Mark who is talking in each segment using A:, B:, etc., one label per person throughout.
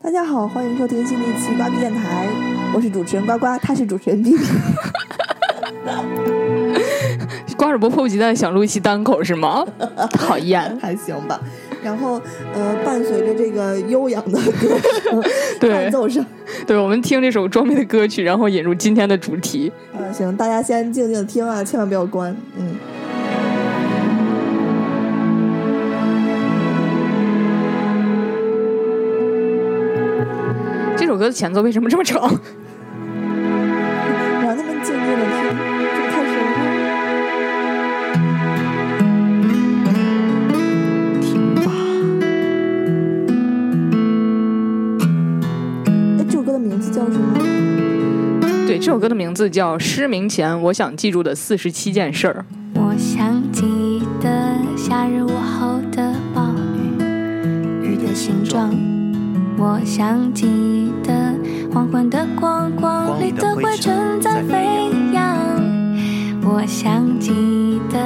A: 大家好，欢迎收听新的一期瓜逼电台，我是主持人呱呱，他是主持人 B B。
B: 瓜主播迫不及待想录一期单口是 吗？讨厌，
A: 还行吧。然后，呃，伴随着这个悠扬的歌声
B: 对
A: 伴奏声，
B: 对，我们听这首装备的歌曲，然后引入今天的主题。
A: 呃，行，大家先静静地听啊，千万不要关。嗯，
B: 这首歌的前奏为什么这么长？
A: 让他们静静的听，这太熟了。
B: 听吧，
A: 哎，这首歌的名字叫什么？
B: 对，这首歌的名字叫《失明前我想记住的四十七件事儿
C: 我想记得夏日午后的暴雨，雨的形状。我想记得黄昏的光，光里的灰尘在飞扬。我想记得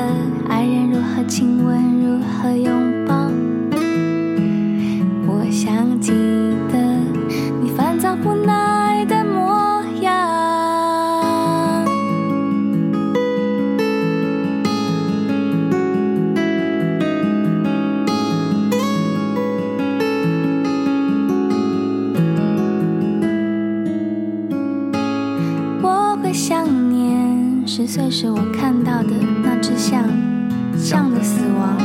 C: 爱人如何亲吻，如何拥抱。我想记得你烦躁无奈的模样。》。我会想念十岁时我看到的那只象，象的死亡。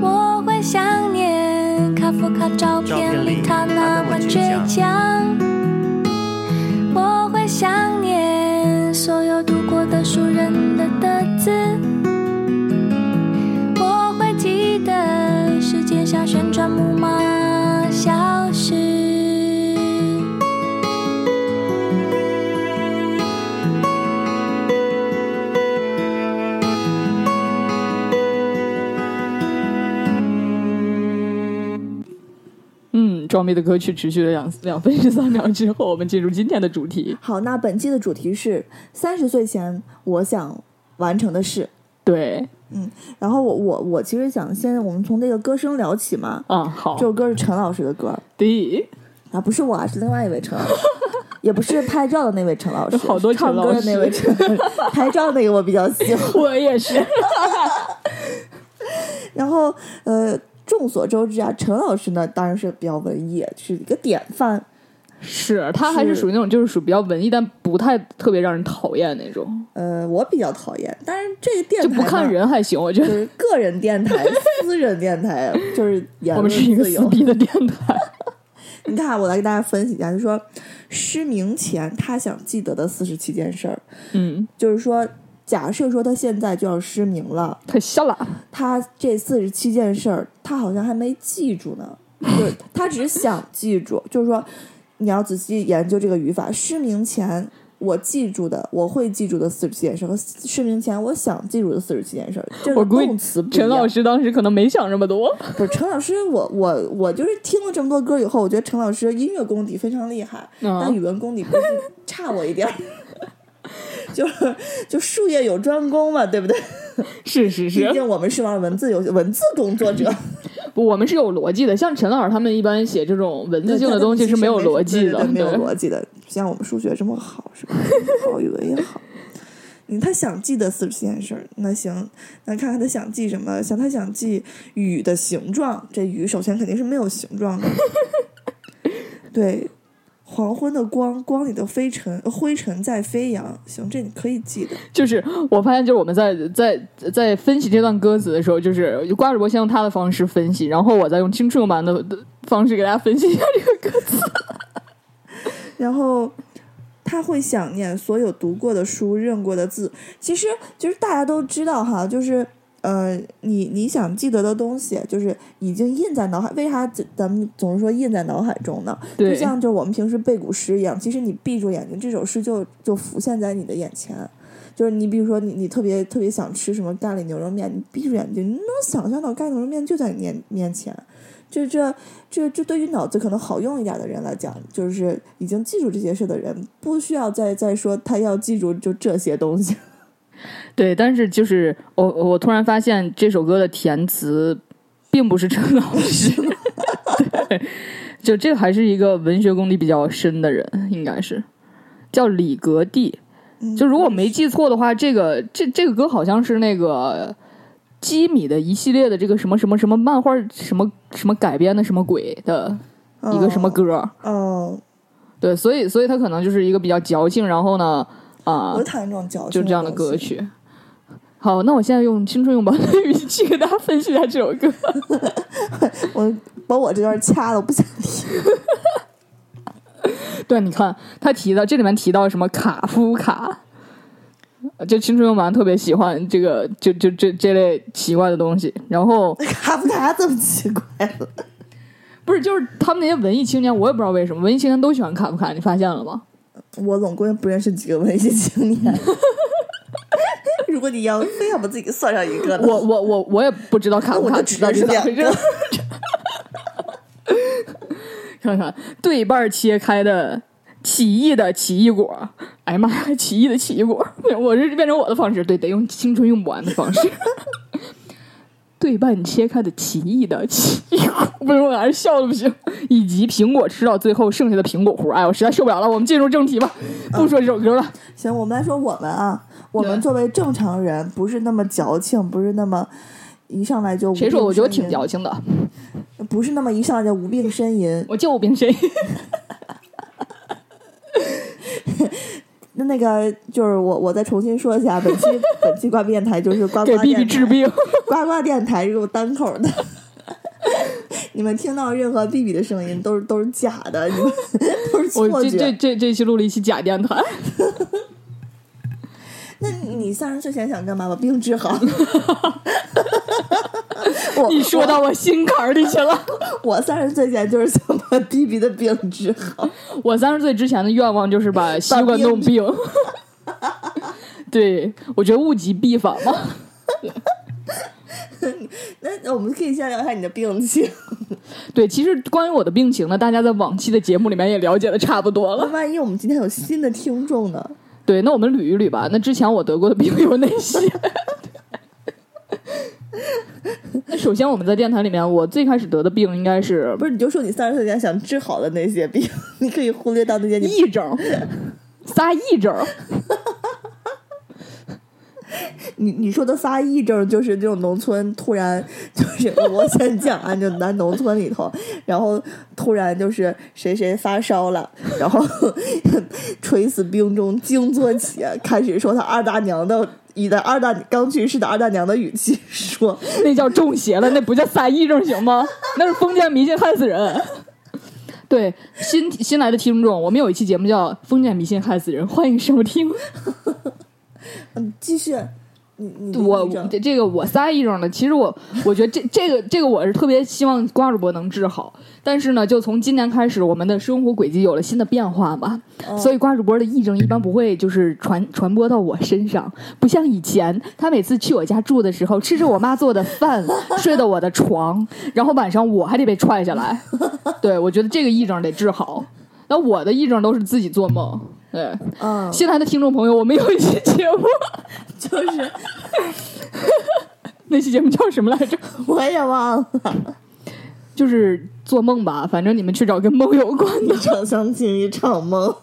C: 我会想念卡夫卡照片里他那么倔强。我会想念所有读过的熟人的的字。我会记得世界上旋转木马消失。
B: 嗯，装备的歌曲持续了两两分十三秒之后，我们进入今天的主题。
A: 好，那本期的主题是三十岁前我想完成的事。
B: 对，
A: 然后我我我其实想先我们从这个歌声聊起嘛，
B: 啊、好
A: 这，首歌是陈老师的歌
B: 第
A: 啊，不是我啊，是另外一位陈老师，也不是拍照的那位陈老师，
B: 有好多
A: 是唱
B: 陈老
A: 歌的那位
B: 师
A: 陈老师，拍照那个我比较喜欢。
B: 我也是，
A: 然后呃，众所周知啊，陈老师呢当然是比较文艺，是一个典范。
B: 是他还是
A: 是
B: 属于那种就是属于比较文艺，但不太特别让人讨厌那种，
A: 呃，我比较讨厌，但是这个电
B: 就
A: 台
B: 不看
A: 呢，
B: 人还行，我觉
A: 就
B: 得。
A: 是个人电台、私人电台，就是言 论
B: 我们是一个
A: 自
B: 撕
A: 由。
B: 逼的电台，
A: 你看啊，我来给大家分析一下，就说失明前他想记得的四十七件事儿，
B: 嗯，
A: 就是说，假设说他现在就要失明了，
B: 太瞎了。
A: 他这四十七件事儿，他好像还没记住呢，就是他只是想记住，就是说你要仔细研究这个语法。失明前我记住的，我会记住的四十七件事儿和失明前我想记住的四十七件事儿，这
B: 我
A: 个
B: 估计
A: 动词不一样。
B: 陈老师当时可能没想这么多，
A: 不是陈老师，我我我就是听了这么多歌以后，我觉得陈老师音乐功底非常厉害，
B: 嗯
A: 但语文功底估计差我一点儿。 就是就术业有专攻嘛，对不对？
B: 是是
A: 毕
B: 是，
A: 竟我们是玩文字游戏文字工作者，
B: 我们是有逻辑的。像陈老师他们一般写这种文字性的东西是
A: 没
B: 有逻辑的，
A: 对对对没有
B: 对
A: 逻辑的。不像我们数学这么好，是吧？ 好，语文也好。嗯，他想记得四十七件事儿，那行，那看看他想记什么？想他想记雨的形状，这雨首先肯定是没有形状的。对，黄昏的光，光里的飞尘，呃灰尘在飞扬。行，这你可以记的。
B: 就是我发现，就是我们在在在分析这段歌词的时候，就是瓜主播先用他的方式分析，然后我再用青春版的的方式给大家分析一下这个歌词。
A: 然后他会想念所有读过的书、认过的字。其实就是大家都知道哈，就是呃，你你想记得的东西，就是已经印在脑海。为啥咱咱们总是说印在脑海中呢？就
B: 对，
A: 像就是我们平时背古诗一样，其实你闭住眼睛，这首诗就就浮现在你的眼前。就是你，比如说你，你特别特别想吃什么咖喱牛肉面，你闭住眼睛，你能想象到咖喱牛肉面就在你面面前。这这这这对于脑子可能好用一点的人来讲，
B: 嗯
A: 就是已经记住这些事的人，不需要再再说他要记住就这些东西。
B: 对，但是就是我我突然发现 这首歌的填词并不是陈老师，对，就这个还是一个文学功底比较深的人，应该是叫李格弟。
A: 嗯
B: 就如果没记错的话，这个这这个歌好像是那个基米的一系列的这个什么什么什么漫画什么什么改编的什么鬼的 一个什
A: 嗯
B: 么歌，
A: 哦，
B: 对，所以所以他可能就是一个比较矫情，然后呢啊、
A: 我讨厌这种矫情，
B: 就这样的歌。曲。好，那我现在用青春永葆的语气给大家分析一下这首歌。
A: 我把我这段掐了，我不想听。
B: 对，你看他提到这里面提到什么卡夫卡，呃就青春永葆特别喜欢这个，就就这这类奇怪的东西。然后
A: 卡不卡这么奇怪了？
B: 不是就是他们那些文艺青年，我也不知道为什么文艺青年都喜欢卡夫卡，你发现了吗？
A: 我总共不认识几个文艺青年。 如果你要非要把自己算上一个的话，
B: 我我我我也不知道卡不
A: 那我
B: 卡
A: 就
B: 知
A: 只
B: 道
A: 认
B: 是
A: 识
B: 咋回事
A: 两。
B: 看看对半切开的奇异的奇异果，哎呀妈呀，奇异的奇异果，我是变成我的方式，对，得用青春用不完的方式。 对半切开的奇异的奇异果，不是我还是笑的不行。以及苹果吃到最后剩下的苹果核，哎，我实在受不了了，我们进入正题吧，不说这首歌了。
A: 行，我们来说我们啊，我们
B: 对
A: 作为正常人，不是那么矫情，不是那么一上来就无
B: 谁说
A: 病
B: 我觉得
A: 呻
B: 挺
A: 吟
B: 矫情的？
A: 不是那么一上来就无病呻吟。
B: 我就凭谁？
A: 那那个就是我，我再重新说一下，本 期本期瓜逼电台就是瓜
B: 给
A: 瓜
B: 碧碧
A: 电
B: 治
A: 台，
B: 病。
A: 瓜瓜电台是有单口的。你们听到任何 B B 的声音都是都是假的，你们 都是
B: 我
A: 错
B: 这这
A: 觉。
B: 这这期录了一期假电台，
A: 那你三十岁前想干嘛？把病治 好。我
B: 你说到我心坎儿里去了。
A: 我三十岁前就是想把 B B 的病治好。
B: 我三十岁之前的愿望就是把西瓜弄病。对，我觉得物极必反嘛。
A: 那我们可以先聊一下你的病 情。
B: 对，其实关于我的病情呢，大家在往期的节目里面也了解的差不多
A: 那
B: 了。
A: 万一我们今天有新的听众呢？
B: 对，那我们捋一捋吧。那之前我得过的病有哪些？ 那首先，我们在电台里面，我最开始得的病应该是
A: 不是，你就说你三十岁前想治好的那些病，你可以忽略到那些你
B: 癔症， 仨癔症。
A: 你你说的发癔症，就是这种农村突然就是我先讲啊，就咱农村里头，然后突然就是谁谁发烧了，然后 垂死病中惊坐起，开始说他二大娘的。以的二大刚去世的二大娘的语气说，
B: 那叫中邪了，那不叫三癔症行吗？那是封建迷信害死人。对新新来的听众，我们有一期节目叫《封建迷信害死人》，欢迎收听。
A: 嗯，继续，你你的
B: 我
A: 癔症
B: 这这个我仨癔症的，其实我我觉得这这个这个我是特别希望瓜主播能治好，但是呢，就从今年开始，我们的生活轨迹有了新的变化嘛，所以瓜主播的癔症一般不会就是传传播到我身上，不像以前，他每次去我家住的时候，吃着我妈做的饭，睡到我的床，然后晚上我还得被踹下来，对我觉得这个癔症得治好，那我的癔症都是自己做梦，对，
A: 嗯，
B: 新来的听众朋友，我们有一期节 目。
A: 就是
B: 那期节目叫什么来着？
A: 我也忘了，
B: 就是做梦吧，反正你们去找跟梦有关的
A: 一场相亲一场梦。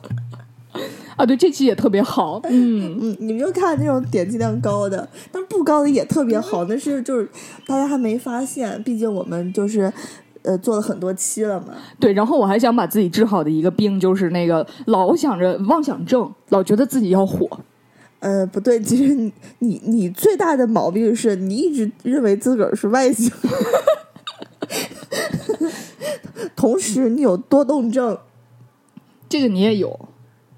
B: 啊。对，这期也特别好， 嗯，
A: 嗯，你们就看那种点击量高的，但不高的也特别
B: 嗯
A: 好，那是就是大家还没发现，毕竟我们就是呃做了很多期了嘛。
B: 对。然后我还想把自己治好的一个病，就是那个老想着妄想症，老觉得自己要火。
A: 呃，不对，其实你你你最大的毛病是你一直认为自个儿是外星 人，同时你有多动症，
B: 这个你也有，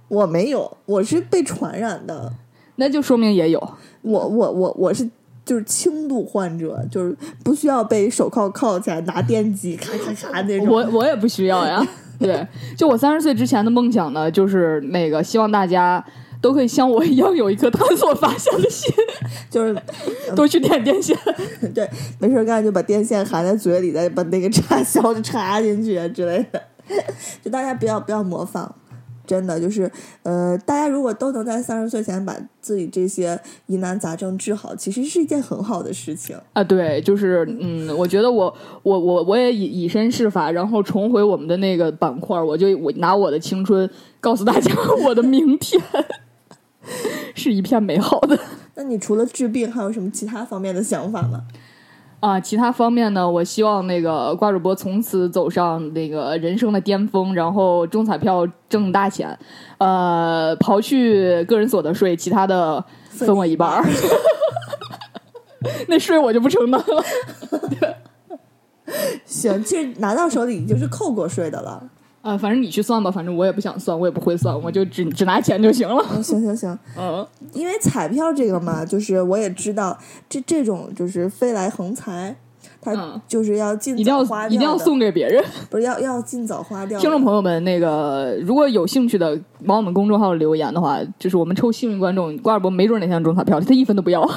A: 我没有，我是被传染的，
B: 那就说明也有。
A: 我我我我是。就是轻度患者，就是不需要被手铐铐起来，拿电击咔咔咔那种。
B: 我我也不需要 呀。对，就我三十岁之前的梦想呢，就是那个希望大家都可以像我一样有一颗探索发现的心，
A: 就是
B: 多去点电线。
A: 对，没事儿干就把电线含在嘴里，再 把那个插销就插进去啊之类的。就大家不要不要模仿，真的就是，呃，大家如果都能在三十岁前把自己这些疑难杂症治好，其实是一件很好的事情。
B: 啊，对，就是嗯，我觉得我我我我也以以身试法，然后重回我们的那个板块，我就我拿我的青春告诉大家， 我的明天 是一片美好的
A: 那你除了治病，还有什么其他方面的想法 吗？
B: 啊。其他方面呢，我希望那个瓜主播从此走上那个人生的巅峰，然后中彩票挣大钱，呃，刨去个人所得税，其他的分我一半儿， 那税我就不承担了。
A: 行，其实拿到手里已经是扣过税的了。
B: 啊，反正你去算吧，反正我也不想算，我也不会算，我就只只拿钱就行了。
A: 嗯，行行行，
B: 嗯，
A: 因为彩票这个嘛，就是我也知道，这这种就是飞来横财，它
B: 嗯
A: 就是要尽
B: 一定要
A: 早花掉的，嗯
B: 一定要送给别人。
A: 不是要要尽早花掉的。
B: 听众朋友们，那个如果有兴趣的，往我们公众号留言的话，就是我们抽幸运观众，瓜尔博没准哪天中彩票，他一分都不要，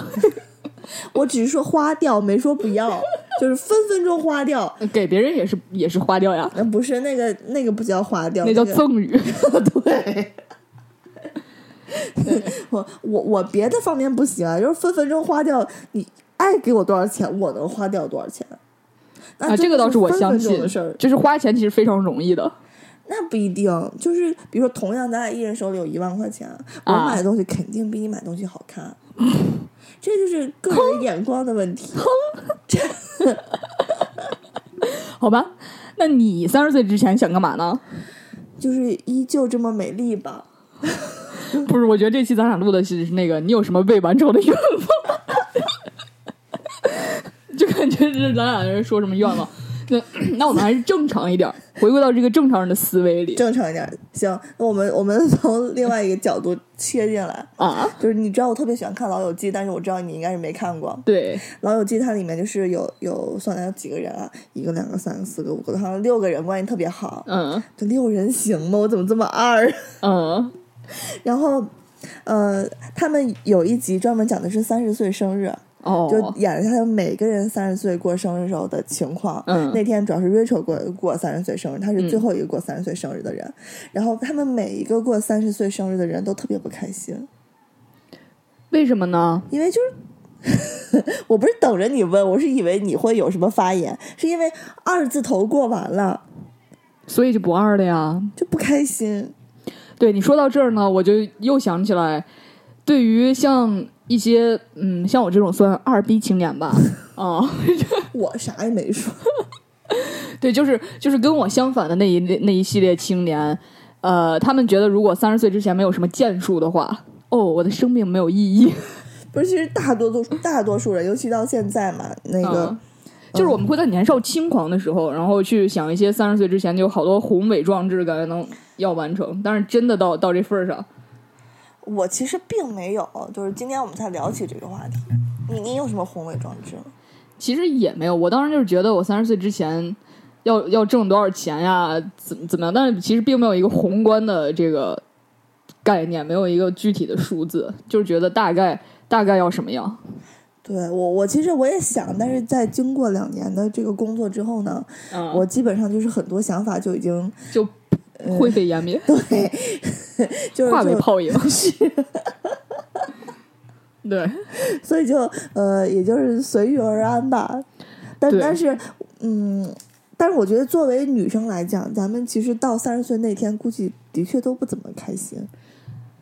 A: 我只是说花掉，没说不要， 就是分分钟花掉。
B: 给别人也是也是花掉呀，
A: 呃，不是那个那个不叫花掉，
B: 那叫
A: 个
B: 赠与。
A: 对。我我我别的方面不行啊，就是分分钟花掉，你爱给我多少钱，我能花掉多少钱。那
B: 啊，这个倒
A: 是
B: 是我
A: 分分
B: 相
A: 钟
B: 信
A: 的事儿，，
B: 就是花钱其实非常容易的。
A: 那不一定。就是比如说，同样咱俩一人手里有一万块钱，我
B: 啊
A: 买的东西肯定比你买东西好看， 这就是个 人眼光的问题。
B: 好吧，那你三十岁之前想干嘛呢？
A: 就是依旧这么美丽吧。
B: 不是，我觉得这期咱俩录的是那个，你有什么未完成的愿望？ 就感觉是咱俩人说什么愿望。那那我们还是正常一点儿，回归到这个正常人的思维里
A: 正常一点。行，那我们我们 从另外一个角度切进来，
B: 啊。
A: 就是你知道我特别喜欢看《老友记》，但是我知道你应该是没看过。
B: 对，
A: 《老友记》它里面就是有有算来有几个人啊，一个、两个、三个、四个、五个，好像六个人关系特别好。
B: 嗯
A: 这六人行吗？我怎么这么二？
B: 嗯
A: 然后，呃，他们有一集专门讲的是三十岁生日，就
B: 哦，
A: 演了他们每个人三十岁过生日时候的情况。
B: 嗯
A: 那天主要是 Rachel 过过三十岁生日，他是最后一个过三十岁生日的人。然后他们每一个过三十岁生日的人都特别不开心，
B: 为什么呢？
A: 因为就是。 我不是等着你问，我是以为你会有什么发言，是因为二字头过完了
B: 所以就不二了呀。
A: 就不开心。
B: 对你说到这儿呢，我就又想起来，对于像一些嗯，像我这种算二逼青年吧， 啊、
A: 我啥也没说，
B: 对，就是就是跟我相反的那一类那一系列青年，呃，他们觉得如果三十岁之前没有什么建树的话，哦，我的生命没有意义。
A: 不是，其实大多数大多数人，尤其到现在嘛，那个、
B: 嗯 就是我们会在年少轻狂的时候，然后去想一些三十岁之前就有好多宏伟壮志，感觉能要完成，但是真的到到这份儿上，
A: 我其实并没有，就是今天我们才聊起这个话题。你你有什么宏伟壮志吗？
B: 其实也没有。我当时就是觉得我三十岁之前要要挣多少钱呀，怎么怎么样，但是其实并没有一个宏观的这个概念，没有一个具体的数字，就是觉得大概大概要什么样。
A: 对我，我其实我也想，但是在经过两年的这个工作之后呢，
B: 嗯，
A: 我基本上就是很多想法就已经
B: 就灰飞烟灭，
A: 对， 就是
B: 化为
A: 就
B: 泡影。是， 对，
A: 所以就呃，也就是随遇而安吧。但
B: 对
A: 但是，嗯，但是我觉得作为女生来讲，咱们其实到三十岁那天，估计的确都不怎么开心，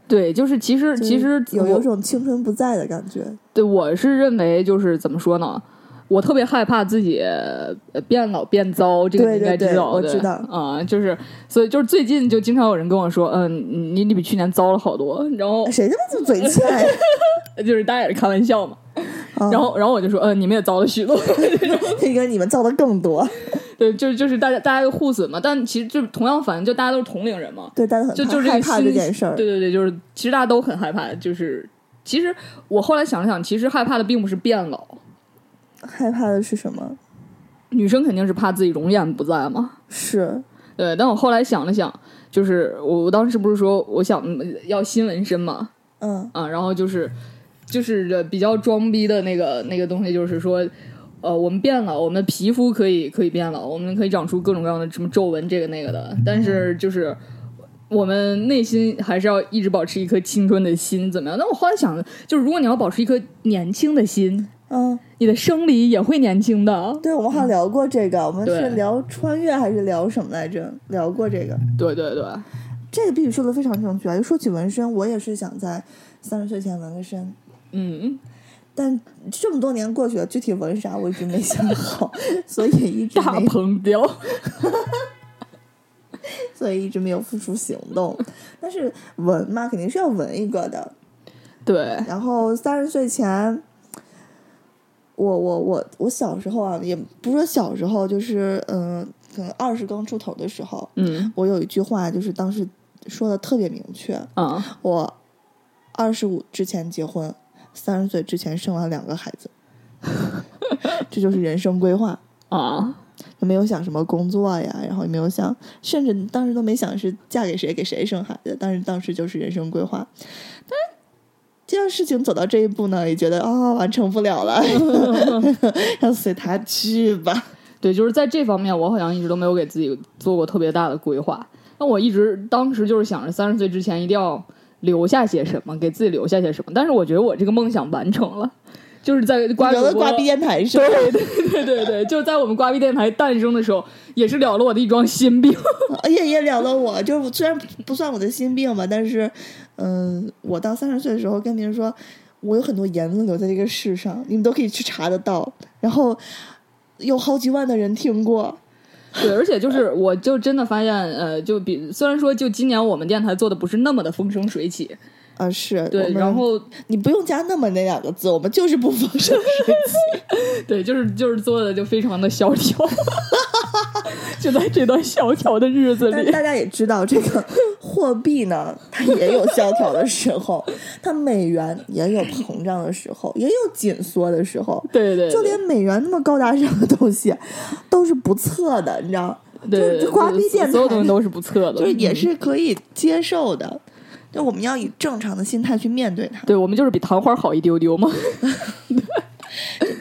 B: 对，就是其实
A: 就是
B: 呃其实
A: 有有
B: 我
A: 种青春不在的感觉。
B: 对我是认为就是怎么说呢？我特别害怕自己呃变老变糟，这个
A: 对
B: 你应该
A: 对对
B: 知道。
A: 我
B: 对
A: 知道
B: 啊、就是所以就是最近就经常有人跟我说，嗯，你你比去年糟了好多，然后
A: 谁他妈这么嘴欠 呀？
B: 就是大家也是开玩笑嘛，
A: 啊
B: 然后然后我就说，嗯，你们也糟了 许多，
A: 那个你们造的更多，
B: 对，就是就是大家大家就互损嘛，但其实就是同样反正就大家都是同龄人嘛，
A: 对，大家
B: 就
A: 很
B: 就
A: 害
B: 这个
A: 怕
B: 心
A: 这件事儿。
B: 对对对，就是其实大家都很害怕，就是其实我后来想了想，其实害怕的并不是变老，
A: 害怕的是什么？
B: 女生肯定是怕自己容颜不在嘛。
A: 是
B: 对，但我后来想了想，就是我我当时不是说我想嗯要新纹身嘛，
A: 嗯，
B: 啊，然后就是就是这比较装逼的那个那个东西，就是说。呃，我们变老，我们的皮肤可以可以变老，我们可以长出各种各样的什么皱纹，这个那个的。但是就是我们内心还是要一直保持一颗青春的心，怎么样？那我后来想，就是如果你要保持一颗年轻的心，
A: 嗯，
B: 你的生理也会年轻的。
A: 对，我们好像聊过这个，我们是
B: 嗯对
A: 聊穿越还是聊什么来着？聊过这个，
B: 对对对，
A: 这个必须说的非常正确啊。就说起纹身，我也是想在三十岁前纹个身，
B: 嗯，
A: 但这么多年过去了，具体纹啥我一直没想好， 所以一直
B: 大
A: 没，
B: 鹏雕，
A: 所以一直没有付出行动。但是纹嘛，肯定是要纹一个的。
B: 对，
A: 然后三十岁前，我我我我小时候啊，也不是说小时候，就是嗯、呃可能二十刚出头的时候，
B: 嗯
A: 我有一句话，就是当时说的特别明确，
B: 啊，
A: 我二十五之前结婚，三十岁之前生完两个孩子， 这就是人生规划。
B: 啊，
A: 也没有想什么工作呀，然后也没有想，甚至当时都没想是嫁给谁给谁生孩子，但是当时就是人生规划。但是这件事情走到这一步呢，也觉得啊、完成不了 了，让随他去吧。
B: 对，就是在这方面，我好像一直都没有给自己做过特别大的规划。那我一直当时就是想着三十岁之前一定要留下些什么，给自己留下些什么。但是我觉得我这个梦想完成了，就是在瓜主
A: 有的
B: 播
A: 挂 逼烟台是吧？
B: 对对对对对，就在我们瓜逼电台诞生的时候，也是了了我的一桩心病。
A: 哎呀，也聊到我，就是虽然不算我的心病吧，但是，嗯、我到三十岁的时候跟别人说，我有很多言论留在这个世上，你们都可以去查得到，然后有好几万的人听过，
B: 对，而且就是我就真的发现，呃，就比虽然说就今年我们电台做的不是那么的风生水起，
A: 啊，是我
B: 对，
A: 们
B: 然后
A: 你不用加“那么”那两个字，我们就是不风生 水起。
B: 对，就是就是做的就非常的萧条， 就在这段萧条的日子
A: 但
B: 里
A: 是，大家也知道，这个货币呢，它也有萧条的时候，它美元也有膨胀的时候，也有紧缩的时候。
B: 对对，
A: 就连美元那么高大上的东西，都是不测的，你知道？
B: 对对
A: 就
B: 对
A: 就瓜逼电台
B: 所有东西都是不测的，
A: 就是也
B: 嗯。
A: 是可以接受的。就我们要以正常的心态去面对它。
B: 对我们就是比昙花好一丢丢嘛，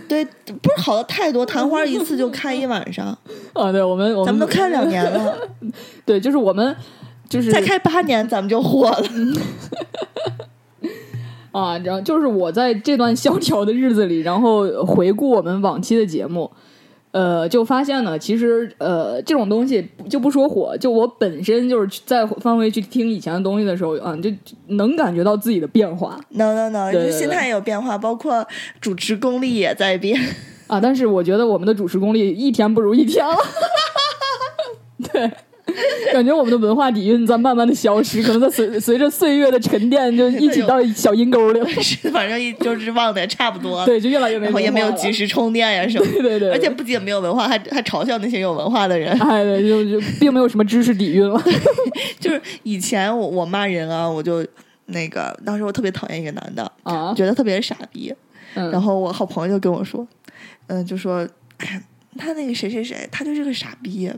A: 对，不是好的太多，昙花一次就开一晚上，
B: 啊，对我们 我
A: 咱
B: 们
A: 们都开两年了，
B: 对，就是我们 就是
A: 再开八年咱们就火 了。
B: 啊，然后就是我在这段萧条的日子里，然后回顾我们往期的节目，呃，就发现呢，其实呃，这种东西就不说火，就我本身就是去再翻回去听以前的东西的时候啊，就就能感觉到自己的变化
A: 能能能，
B: 对对
A: 就
B: 对
A: 心态有变化，包括主持功力也在变。
B: 啊。但是我觉得我们的主持功力一天不如一天了， 对。感觉我们的文化底蕴在慢慢的消失，可能在随 随着岁月的沉淀，就一起到小阴 沟里了。
A: 是，反正一就是忘的也差不多了，
B: 对，就越来越没
A: 然后也没有
B: 文化了
A: 及时充电呀什么。
B: 对对对，
A: 而且不仅没有文化，还还嘲笑那些有文化的人。
B: 哎，对，就就并没有什么知识底蕴了。
A: 就是以前我我骂人啊，我就那个当时我特别讨厌一个男的，
B: 啊，
A: 觉得特别傻逼。
B: 嗯
A: 然后我好朋友就跟我说，嗯、就说，哎呀，他那个谁谁谁，他就是个傻逼，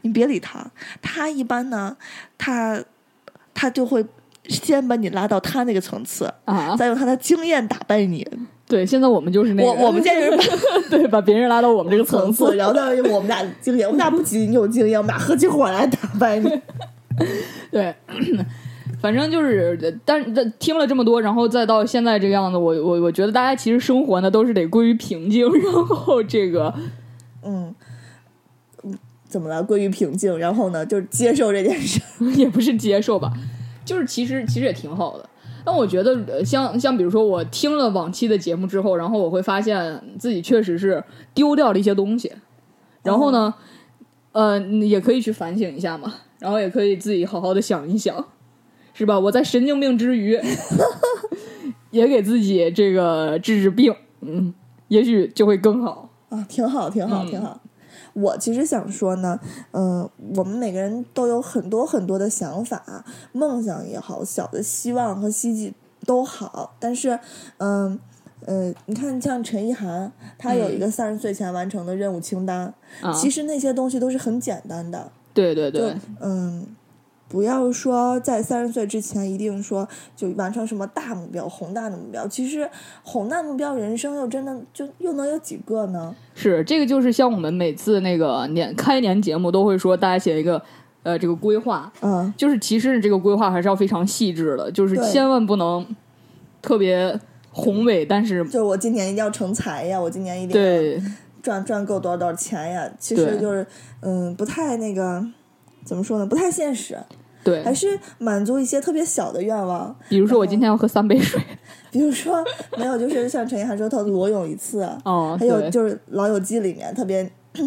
A: 你别理他。他一般呢，他他就会先把你拉到他那个层次，
B: 啊，
A: 再用他的经验打败你。
B: 对，现在我们就是那个，
A: 我我们现在就是把
B: 对把别人拉到我们这个层次，
A: 然后再用我们俩经验，我们俩不仅有经验，我们俩合起伙来打败你。
B: 对。 反正就是，但但听了这么多，然后再到现在这个样子，我我我觉得大家其实生活呢都是得归于平静， 然后这个
A: 嗯。怎么了？归于平静，然后呢，就是接受这件事。
B: 也不是接受吧，就是其实其实也挺好的。但我觉得，呃像像比如说，我听了往期的节目之后，然后我会发现自己确实是丢掉了一些东西，然后呢，
A: 哦
B: 呃，你也可以去反省一下嘛，然后也可以自己好好的想一想，是吧？我在神经病之 余，也给自己这个治治病，嗯，也许就会更好。
A: 啊，挺好，挺好，挺好。我其实想说呢，嗯、我们每个人都有很多很多的想法、梦想也好，小的希望和希冀都好，但是，嗯、呃，你看，像陈意涵，她有一个三十岁前完成的任务清单，
B: 啊，
A: 其实那些东西都是很简单的，
B: 对对
A: 就
B: 对，
A: 嗯，不要说在三十岁之前一定说就完成什么大目标、宏大的目标，其实宏大目标人生又真的就又能有几个呢？
B: 是这个，就是像我们每次那个年开年节目都会说，大家写一个呃这个规划，
A: 嗯，
B: 就是其实这个规划还是要非常细致的，就是
A: 对
B: 千万不能特别宏伟，但是
A: 就是我今年一定要成才呀，我今年一定要
B: 对
A: 赚赚够多少多少钱呀。其实
B: 对
A: 就是嗯，不太那个怎么说呢，不太现实，
B: 对
A: 还，是满足一些特别小的愿望。
B: 比如说我今天要喝三杯水，
A: 比如说，没有，就是像陈意涵说，他裸泳一次，啊
B: 哦，
A: 还有
B: 对，
A: 就是《老友记》里面特别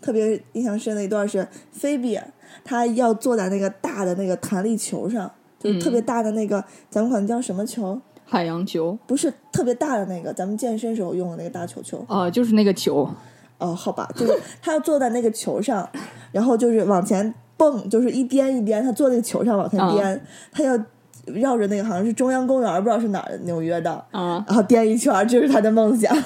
A: 特别印象深的一段是菲比，她要坐在那个大的那个弹力球上，就是特别大的那个，咱们管叫什么球？
B: 海洋球
A: 不是特别大的那个，咱们健身时候用的那个大球球。
B: 啊、就是那个球，
A: 哦，好吧，就是她要坐在那个球上，然后就是往前蹦，就是一颠一颠，她坐那个球上往前
B: 啊
A: 颠，她要绕着那个好像是中央公园，不知道是哪儿的，纽约的。
B: 啊
A: 然后颠一圈儿，这是她的梦想，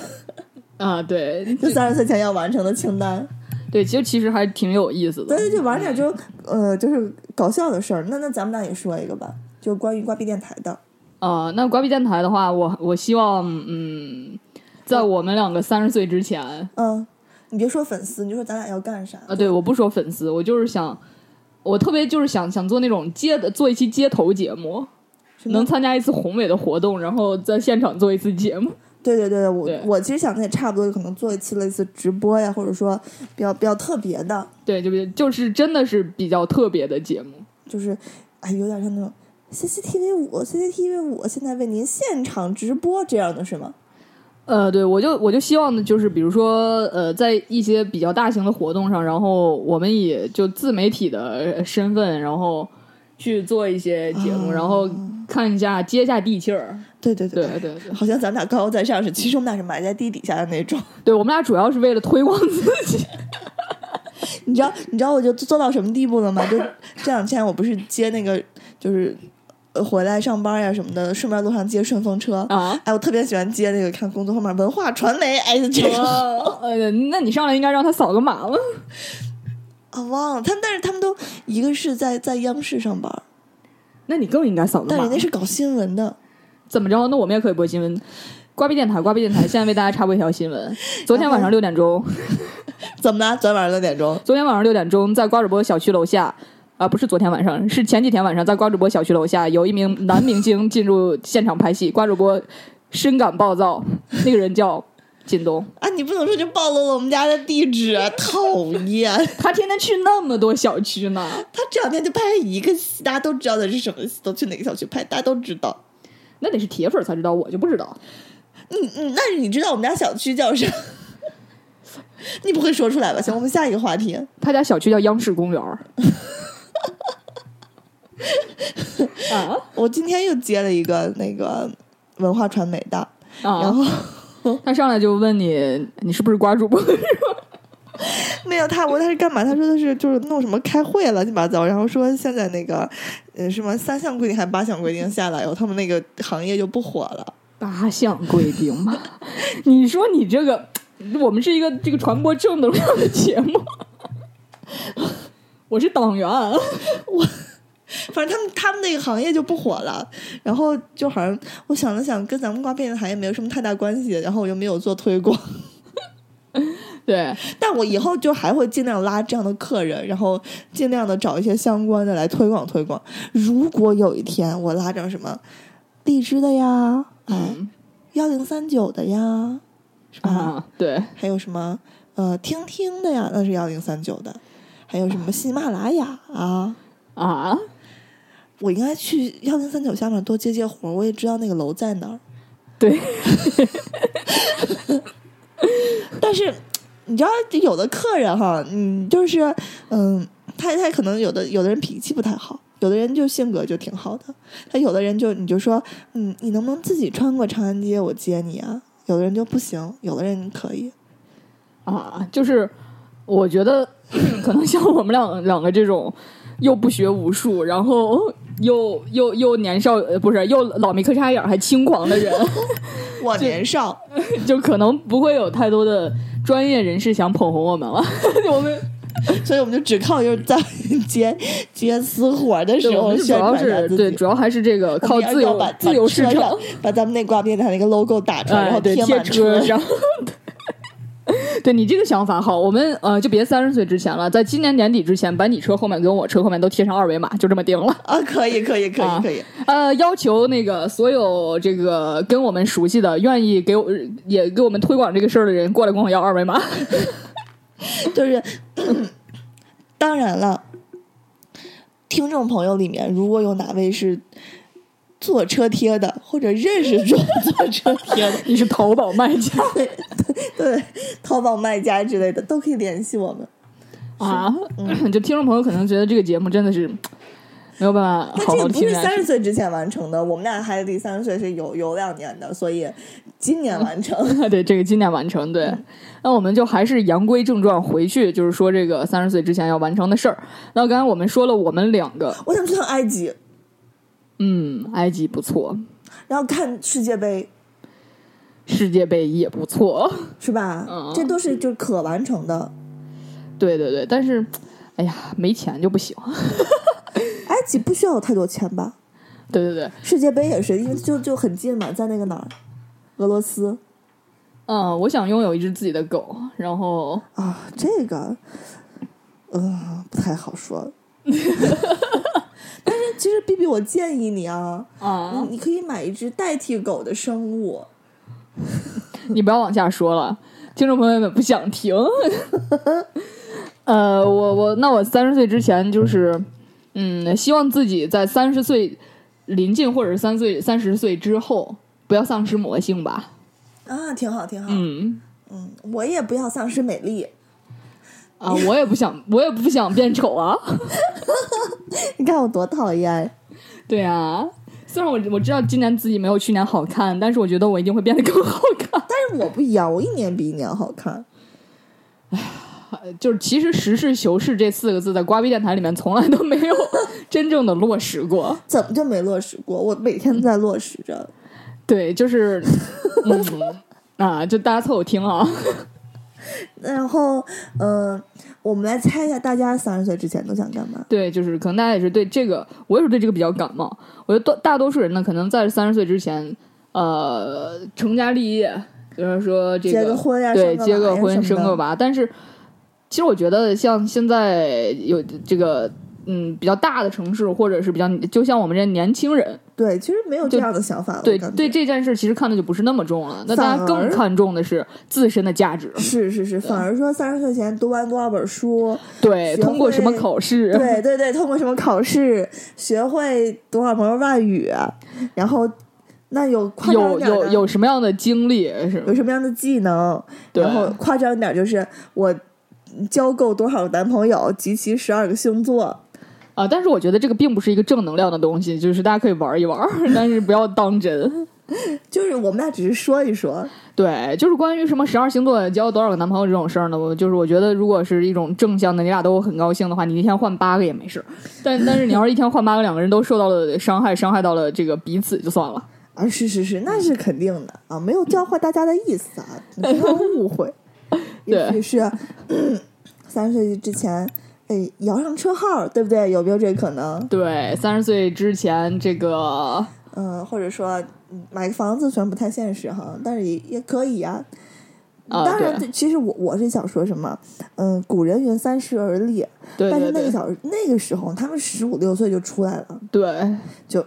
B: 啊，对
A: 就三十岁前要完成的清单。
B: 对，其实其实还挺有意思的
A: 对，对，就玩点就呃，就是搞笑的事儿。那那咱们俩也说一个吧，就关于挂壁电台的。
B: 啊、那瓜皮电台的话，我我希望嗯，在我们两个三十岁之前，
A: 嗯，你别说粉丝，你就说咱俩要干啥？
B: 啊，对，我不说粉丝，我就是想，我特别就是想想做那种街的，做一期街头节目，
A: 什么
B: 能参加一次宏伟的活动，然后在现场做一次节目。
A: 对对对对，我
B: 对
A: 我其实想的也差不多，可能做一期类似直播呀，或者说比较比较特别的，
B: 对，就是就是真的是比较特别的节目。
A: 就是哎，有点像那种 CCTV 五，CCTV 五现在为您现场直播这样的是吗？
B: 呃，对，我就我就希望呢，就是比如说，呃，在一些比较大型的活动上，然后我们以就自媒体的身份，然后去做一些节目，然后看一下接一下地气儿。
A: 对对
B: 哦对
A: 对。
B: 对对，
A: 好像咱俩高高在上似的，其实我们俩是埋在地底下的那种。
B: 对我们俩主要是为了推广自己。
A: 你知道，你知道我就做到什么地步了吗？就这两天我不是接那个，就是呃回来上班呀什么的，顺便路上接顺风车
B: 啊
A: 哎，我特别喜欢接那个看工作后面文化传媒，哎， 这个啊、
B: 呃，那你上来应该让他扫个码了。
A: 啊忘了他们，但是他们都一个是在在央视上班，
B: 那你更应该扫个
A: 但
B: 码
A: 人。家是搞新闻的。
B: 怎么着？那我们也可以播新闻。瓜逼电台，瓜逼电台，现在为大家插播一条 新闻。昨天晚
A: 嗯
B: 上六点钟，
A: 怎么了？昨天晚上六点钟，
B: 昨天晚上六点钟，在瓜主播小区楼下，啊、不是昨天晚上，是前几天晚上，在瓜主播小区楼下，有一名男明星进入现场拍戏，瓜主播深感暴躁，那个人叫靳东，
A: 啊，你不能说就暴露了我们家的地址，啊讨厌！
B: 他天天去那么多小区呢。
A: 他这两天就拍一个戏，大家都知道的是什么戏，都去哪个小区拍，大家都知道。
B: 那得是铁粉才知道，我就不知道。
A: 嗯嗯，那你知道我们家小区叫啥？ 你不会说出来吧？行，我们下一个话题。
B: 他家小区叫央视公园儿。 啊
A: 我今天又接了一个那个文化传媒的，然
B: 啊！
A: 后
B: 他上来就问你，你是不是瓜主播？
A: 没有他，我问他是干嘛？他说的是就是弄什么开会了，乱七八糟。然后说现在那个呃什么三项规定还是八项规定下来以后，他们那个行业就不火了。
B: 八项规定吧？ 你说你这个，我们是一个这个传播正能量的节目， 我是党员，
A: 反正他们他们那个行业就不火了，然后就好像我想了想，跟咱们瓜片的行业没有什么太大关系，然后我又没有做推广，
B: 对
A: 但我以后就还会尽量拉这样的客人，然后尽量的找一些相关的来推广推广。如果有一天我拉上什么荔枝的呀，
B: 嗯
A: 幺零三九的呀，是吧？
B: 啊，对
A: 还有什么呃听听的呀，那是幺零三九的，还有什么喜马拉雅啊。
B: 啊，
A: 我应该去幺零三九下面多接接活儿，我也知道那个楼在哪儿。
B: 对，
A: 但是你知道，有的客人哈，嗯，就是嗯，他他可能有的有的人脾气不太好，有的人就性格就挺好的，他有的人就你就说，嗯，你能不能自己穿过长安街我接你啊？有的人就不行，有的人可以。
B: 啊，就是我觉得 可能像我们两两个这种又不学无术，然后哦又又又年少呃不是又老没磕碜眼儿还轻狂的人，
A: 我年少，
B: 就可能不会有太多的专业人士想捧红我们了。我们
A: 所以我们就只靠就是在 接接私活儿的时
B: 对，我
A: 候
B: 们是主
A: 宣
B: 要
A: 传一下
B: 是
A: 自
B: 对，
A: 己。
B: 主要还是这个
A: 我
B: 靠
A: 们一定
B: 自
A: 要
B: 由
A: 把
B: 自由市，
A: 把车
B: 场
A: 上，把咱们那挂面台那个 logo 打出来，然
B: 哎，
A: 后
B: 对，
A: 贴
B: 贴
A: 满车
B: 上。 对你这个想法好，我们呃就别三十岁之前了，在今年年底之前，把你车后面跟我车后面都贴上二维码，就这么定了。
A: 啊，可以可以可以可以，
B: 呃，要求那个所有这个跟我们熟悉的、愿意给我也给我们推广这个事儿的人，过来管我要二维码。
A: 就是，当然了，听众朋友里面如果有哪位是坐车贴的，或者认识坐坐车贴的，
B: 你是淘宝卖家
A: 对对， 淘宝卖家之类的都可以联系我们。
B: 啊？就听众朋友可能觉得这个节目真的是没有办法
A: 那
B: 好
A: 这个
B: 好的
A: 不
B: 听啊
A: 是
B: 下
A: 三
B: 去
A: 十。岁之前完成的，我们俩孩子离三十岁是有有两年的，所以今年完成。
B: 对，这个今年完成。对，那我们就还是言归正传，回去就是说这个三十岁之前要完成的事儿。那刚才我们说了，我们两个，
A: 我想去趟埃及，
B: 嗯，埃及不错，
A: 然后看世界杯，
B: 世界杯也不错，
A: 是吧？
B: 嗯
A: 这都是就是可完成的。
B: 对对对，但是，哎呀，没钱就不行。
A: 埃及不需要有太多钱吧？
B: 对对对，
A: 世界杯也是，因为就就很近嘛，在那个哪儿，俄罗斯
B: 嗯，我想拥有一只自己的狗，然后
A: 啊，这个，呃，不太好说。 但是其实 B B，我建议你啊，
B: 啊，
A: 你你可以买一只代替狗的生物，
B: 你不要往下说了，听众朋友们不想听。 呃，我我那我三十岁之前就是，嗯，希望自己在三十岁临近或者是三岁三十岁之后，不要丧失魔性吧。
A: 啊，挺好挺好。
B: 嗯
A: 嗯我也不要丧失美丽。
B: 啊，我也不想， 我也不想变丑啊。
A: 你看我多讨厌，
B: 对啊， 虽然我我知道今年自己没有去年好看，但是我觉得我一定会变得更好看。
A: 但是我不一样，我一年比一年好看。
B: 就是其实实事求是这四个字在瓜逼电台里面从来都没 有真正的落实过。
A: 怎么就没落实过？我每天都在落实着。
B: 对，就是，嗯啊，就大家凑合听啊。
A: 然后，嗯、我们来猜一下，大家三十岁之前都想干嘛？
B: 对，就是可能大家也是对这个，我也是对这个比较感冒。我觉得多大多数人呢，可能在三十岁之前，呃，成家立业，就是说这
A: 结个婚呀生
B: 对，
A: 个
B: 结
A: 娃
B: 个
A: 呀
B: 婚，
A: 什
B: 生
A: 么
B: 个
A: 的
B: 娃。但是，其实我觉得像现在有这个。嗯，比较大的城市，或者是比较，就像我们这些年轻人，
A: 对，其实没有这
B: 就
A: 样的想法了。
B: 对
A: 我感觉
B: 对这件事，其实看的就不是那么重了。那大家
A: 反
B: 更
A: 而
B: 看重的是自身的价值，
A: 是是是，反而说三十岁前读完多少本 书，
B: 对，
A: 学
B: 通过什么
A: 会
B: 考试，
A: 对对对，通过什么考试，学会多少门外语，然后那有夸张
B: 有
A: 一点
B: 有
A: 的
B: 有什么样的经历是吧
A: 有什么样的技能，
B: 对
A: 然后夸张一点就是我交够多少个男朋友，集齐十二个星座。
B: 啊？但是我觉得这个并不是一个正能量的东西，就是大家可以玩一玩儿，但是不要当真。
A: 就是我们俩只是说一说，
B: 对，就是关于什么十二星座交多少个男朋友这种事儿呢？我就是我觉得，如果是一种正向的，你俩都很高兴的话，你一天换八个也没事儿。但但是你要是一天换八个，两个人都受到了伤害，伤害到了这个彼此就算了。
A: 啊，是是是，那是肯定的啊，没有教坏大家的意思啊，你不要误 会。也许是三十岁之前，哎，摇上车号，对不对？有没有这可能？
B: 对，三十岁之前这个
A: 嗯、或者说嗯买个房子虽然不太现实哈，但是也也可以啊。
B: 啊，
A: 当
B: 对
A: 然，其实我我是想说什么，嗯，古人云三十而立，
B: 对
A: 但
B: 对
A: 是那个
B: 对
A: 小那个时候，他们十五六岁就出来了，
B: 对，嗯
A: 就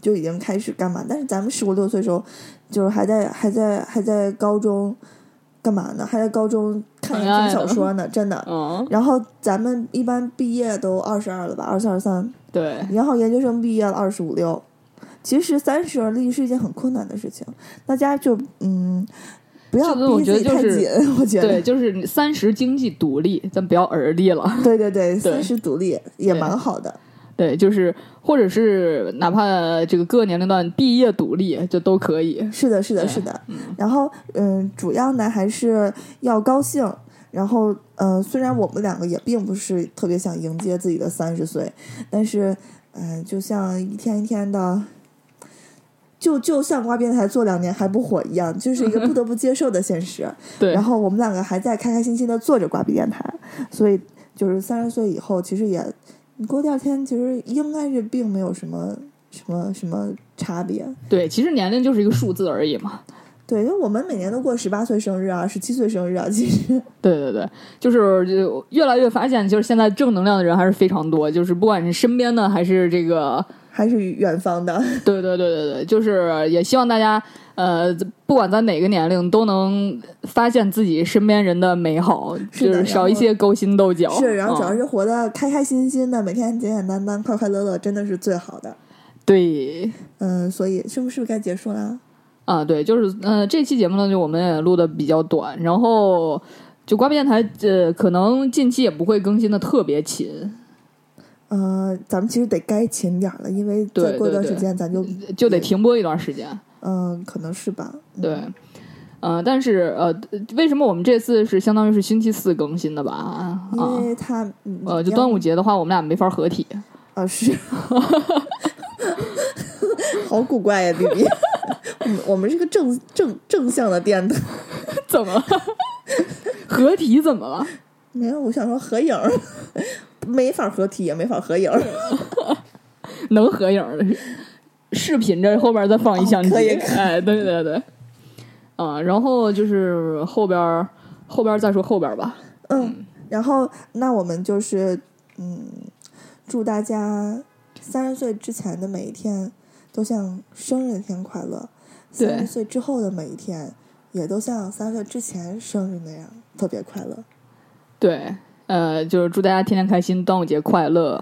A: 就已经开始干嘛？但是咱们十五六岁的时候，就是还在还在还在高中干嘛呢？还在高中看
B: 谈恋爱
A: 言
B: 呢
A: 情小说呢，真的。
B: 嗯，
A: 然后咱们一般毕业都二十二了吧，二十二三，
B: 对。
A: 然后研究生毕业了二十五六。其实三十而立是一件很困难的事情，大家就嗯，不要
B: 这个我
A: 逼自己
B: 觉得
A: 太
B: 就是
A: 紧。 我觉得
B: 对，，就是三十经济独立，咱不要而立了。
A: 对对对，
B: 对
A: 三十独立也
B: 对
A: 蛮好的。
B: 对，就是或者是哪怕这个各年龄段毕业独立，就都可以。
A: 是的，是的，
B: 对
A: 是的。然后，嗯，主要呢还是要高兴。然后，呃，虽然我们两个也并不是特别想迎接自己的三十岁，但是，嗯、就像一天一天的，就就像瓜电台做两年还不火一样，就是一个不得不接受的现实。
B: 对
A: 然，后我们两个还在开开心心的做着瓜逼电台，所以就是三十岁以后，其实也你过第二天，其实应该是并没有什么什么什么差别。
B: 对，其实年龄就是一个数字而已嘛。
A: 对，因为我们每年都过十八岁生日啊，十七岁生日啊，其实
B: 对对对，就是就越来越发现，就是现在正能量的人还是非常多，就是不管是身边的还是这个，
A: 还是远方的。
B: 对对对对对，就是也希望大家呃，不管在哪个年龄都能发现自己身边人的美好，
A: 是
B: 就
A: 的
B: 是少一些勾心斗角。
A: 是，然后主要
B: 嗯
A: 是活得开开心心的，每天简简单单、快快乐乐，真的是最好的。
B: 对。
A: 嗯，所以是不是该结束了？
B: 啊，对，就是呃，这期节目呢，就我们也录的比较短，然后就瓜皮电台，呃，可能近期也不会更新的特别勤，
A: 呃，咱们其实得该勤点儿了，因为再
B: 对
A: 过一段
B: 对
A: 时
B: 对
A: 间咱就
B: 就得停播一段时间。
A: 嗯，可能是吧。嗯
B: 对，呃，但是呃，为什么我们这次是相当于是星期四更新的吧？啊，
A: 因为他嗯
B: 呃，就
A: 要
B: 端午节的话，我们俩没法合体。
A: 啊是， 好古怪呀、弟弟。 我们我们是个正正正向的电台，
B: 怎么了？ 合体怎么了？
A: 没有，我想说合影儿，没法合体，也没法合影儿。嗯
B: 能合影儿的是视频这后边儿再放一相机，
A: 哦可以可以
B: 哎，对对对，啊，然后就是后边儿后边儿再说后边儿吧，
A: 嗯，然后那我们就是嗯，祝大家三十岁之前的每一天都像生日那天快乐，
B: 对
A: 三十岁之后的每一天也都像三十岁之前生日那样特别快乐。
B: 对，呃，就是祝大家天天开心，端午节快乐，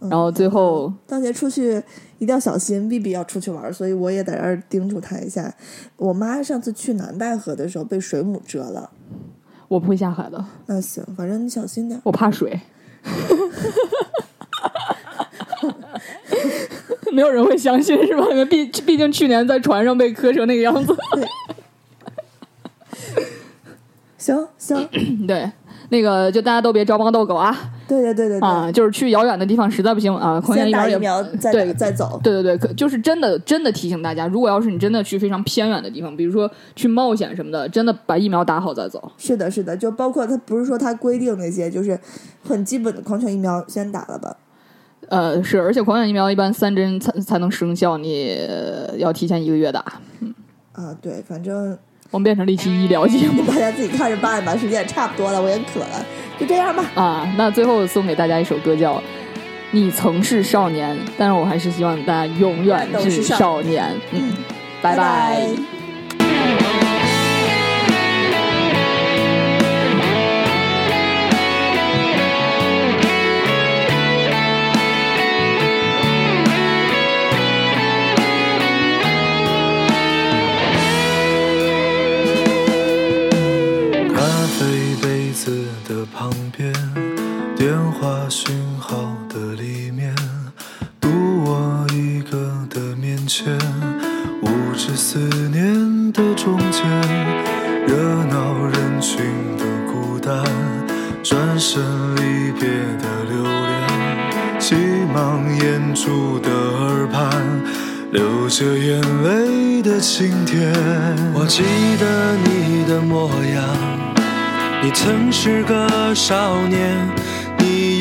A: 嗯
B: 然后最后
A: 当节出去一定要小心，b B 要出去玩儿，所以我也在这儿叮嘱他一下。我妈上次去南戴河的时候被水母蛰了，
B: 我不会下海的，
A: 那行，反正你小心点儿。
B: 我怕水。 没有人会相信是吧？因为毕毕竟去年在船上被磕成那个样子，
A: 行行，
B: 对，那个就大家都别招猫逗狗啊
A: 对对对对对，
B: 啊！就是去遥远的地方实在不行啊，狂
A: 先
B: 言
A: 打
B: 也
A: 疫苗再
B: 对
A: 打再走。
B: 对对对，可就是真的真的提醒大家，如果要是你真的去非常偏远的地方，比如说去冒险什么的，真的把疫苗打好再走。
A: 是的，是的，就包括它不是说它规定那些，就是很基本的狂犬疫苗先打了吧。
B: 呃，是，而且狂犬疫苗一般三针才才能生效，你、呃要提前一个月打。
A: 啊，对，反正
B: 我们变成了一期医疗节目
A: 大家自己看着办吧，时间也差不多了，我也渴了，就这样吧。
B: 啊！那最后送给大家一首歌叫《你曾是少年》，但是我还是希望大家永远
A: 都
B: 是
A: 是少
B: 少年。嗯，拜拜
A: 拜
D: 咖啡杯子的旁边，电话讯号的里面，独我一个的面前，无知思念的中间，热闹人群的孤单，转身离别的留恋，急忙掩住的耳畔。流着眼泪的晴天，我记得你的模样，你曾是个少年，你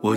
D: 我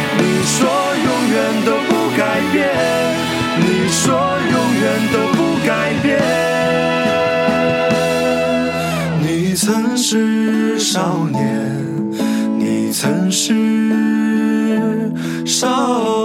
D: 你说永远都不改变，你说永远都不改变。你曾是少年，你曾是少年。